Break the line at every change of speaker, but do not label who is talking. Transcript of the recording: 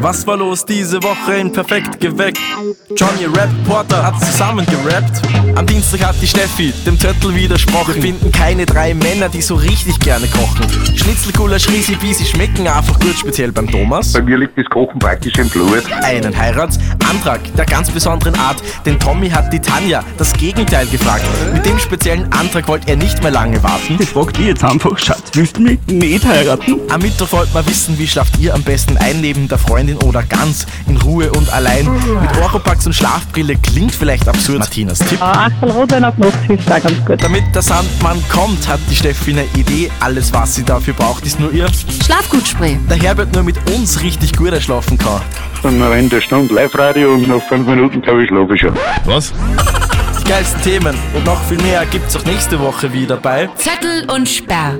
Was war los diese Woche in Perfekt geweckt? Johnny Rap Porter hat zusammen gerappt. Am Dienstag hat die Steffi dem Turtle widersprochen. Wir finden keine drei Männer, die so richtig gerne kochen. Schnitzelgulasch, Risi, Bisi schmecken einfach gut, speziell beim Thomas.
Bei mir liegt das Kochen praktisch im Blut.
Einen Heiratsantrag der ganz besonderen Art, denn Tommy hat die Tanja das Gegenteil gefragt. Mit dem speziellen Antrag wollte er nicht mehr lange warten.
Ich frag dich jetzt einfach, Schatz, willst du mich nicht heiraten?
Am Mittwoch wollt mal wissen, wie schlaft ihr am besten ein neben der Freundin oder ganz in Ruhe und allein. Mit Oropax und Schlafbrille klingt vielleicht absurd. Martinas Tipp.
Achtel Rotwein auf Nuss hilft da ganz gut.
Damit der Sandmann kommt, hat die Steffi eine Idee. Alles, was sie dafür braucht, ist nur ihr.
Schlafgutspray.
Der Herbert nur mit uns richtig gut erschlafen kann.
Dann am Ende der Stunde Live-Radio und nach fünf Minuten, glaube ich, schlafe ich schon.
Was?
Die geilsten Themen und noch viel mehr gibt's auch nächste Woche wieder bei
Zettel und Sperr.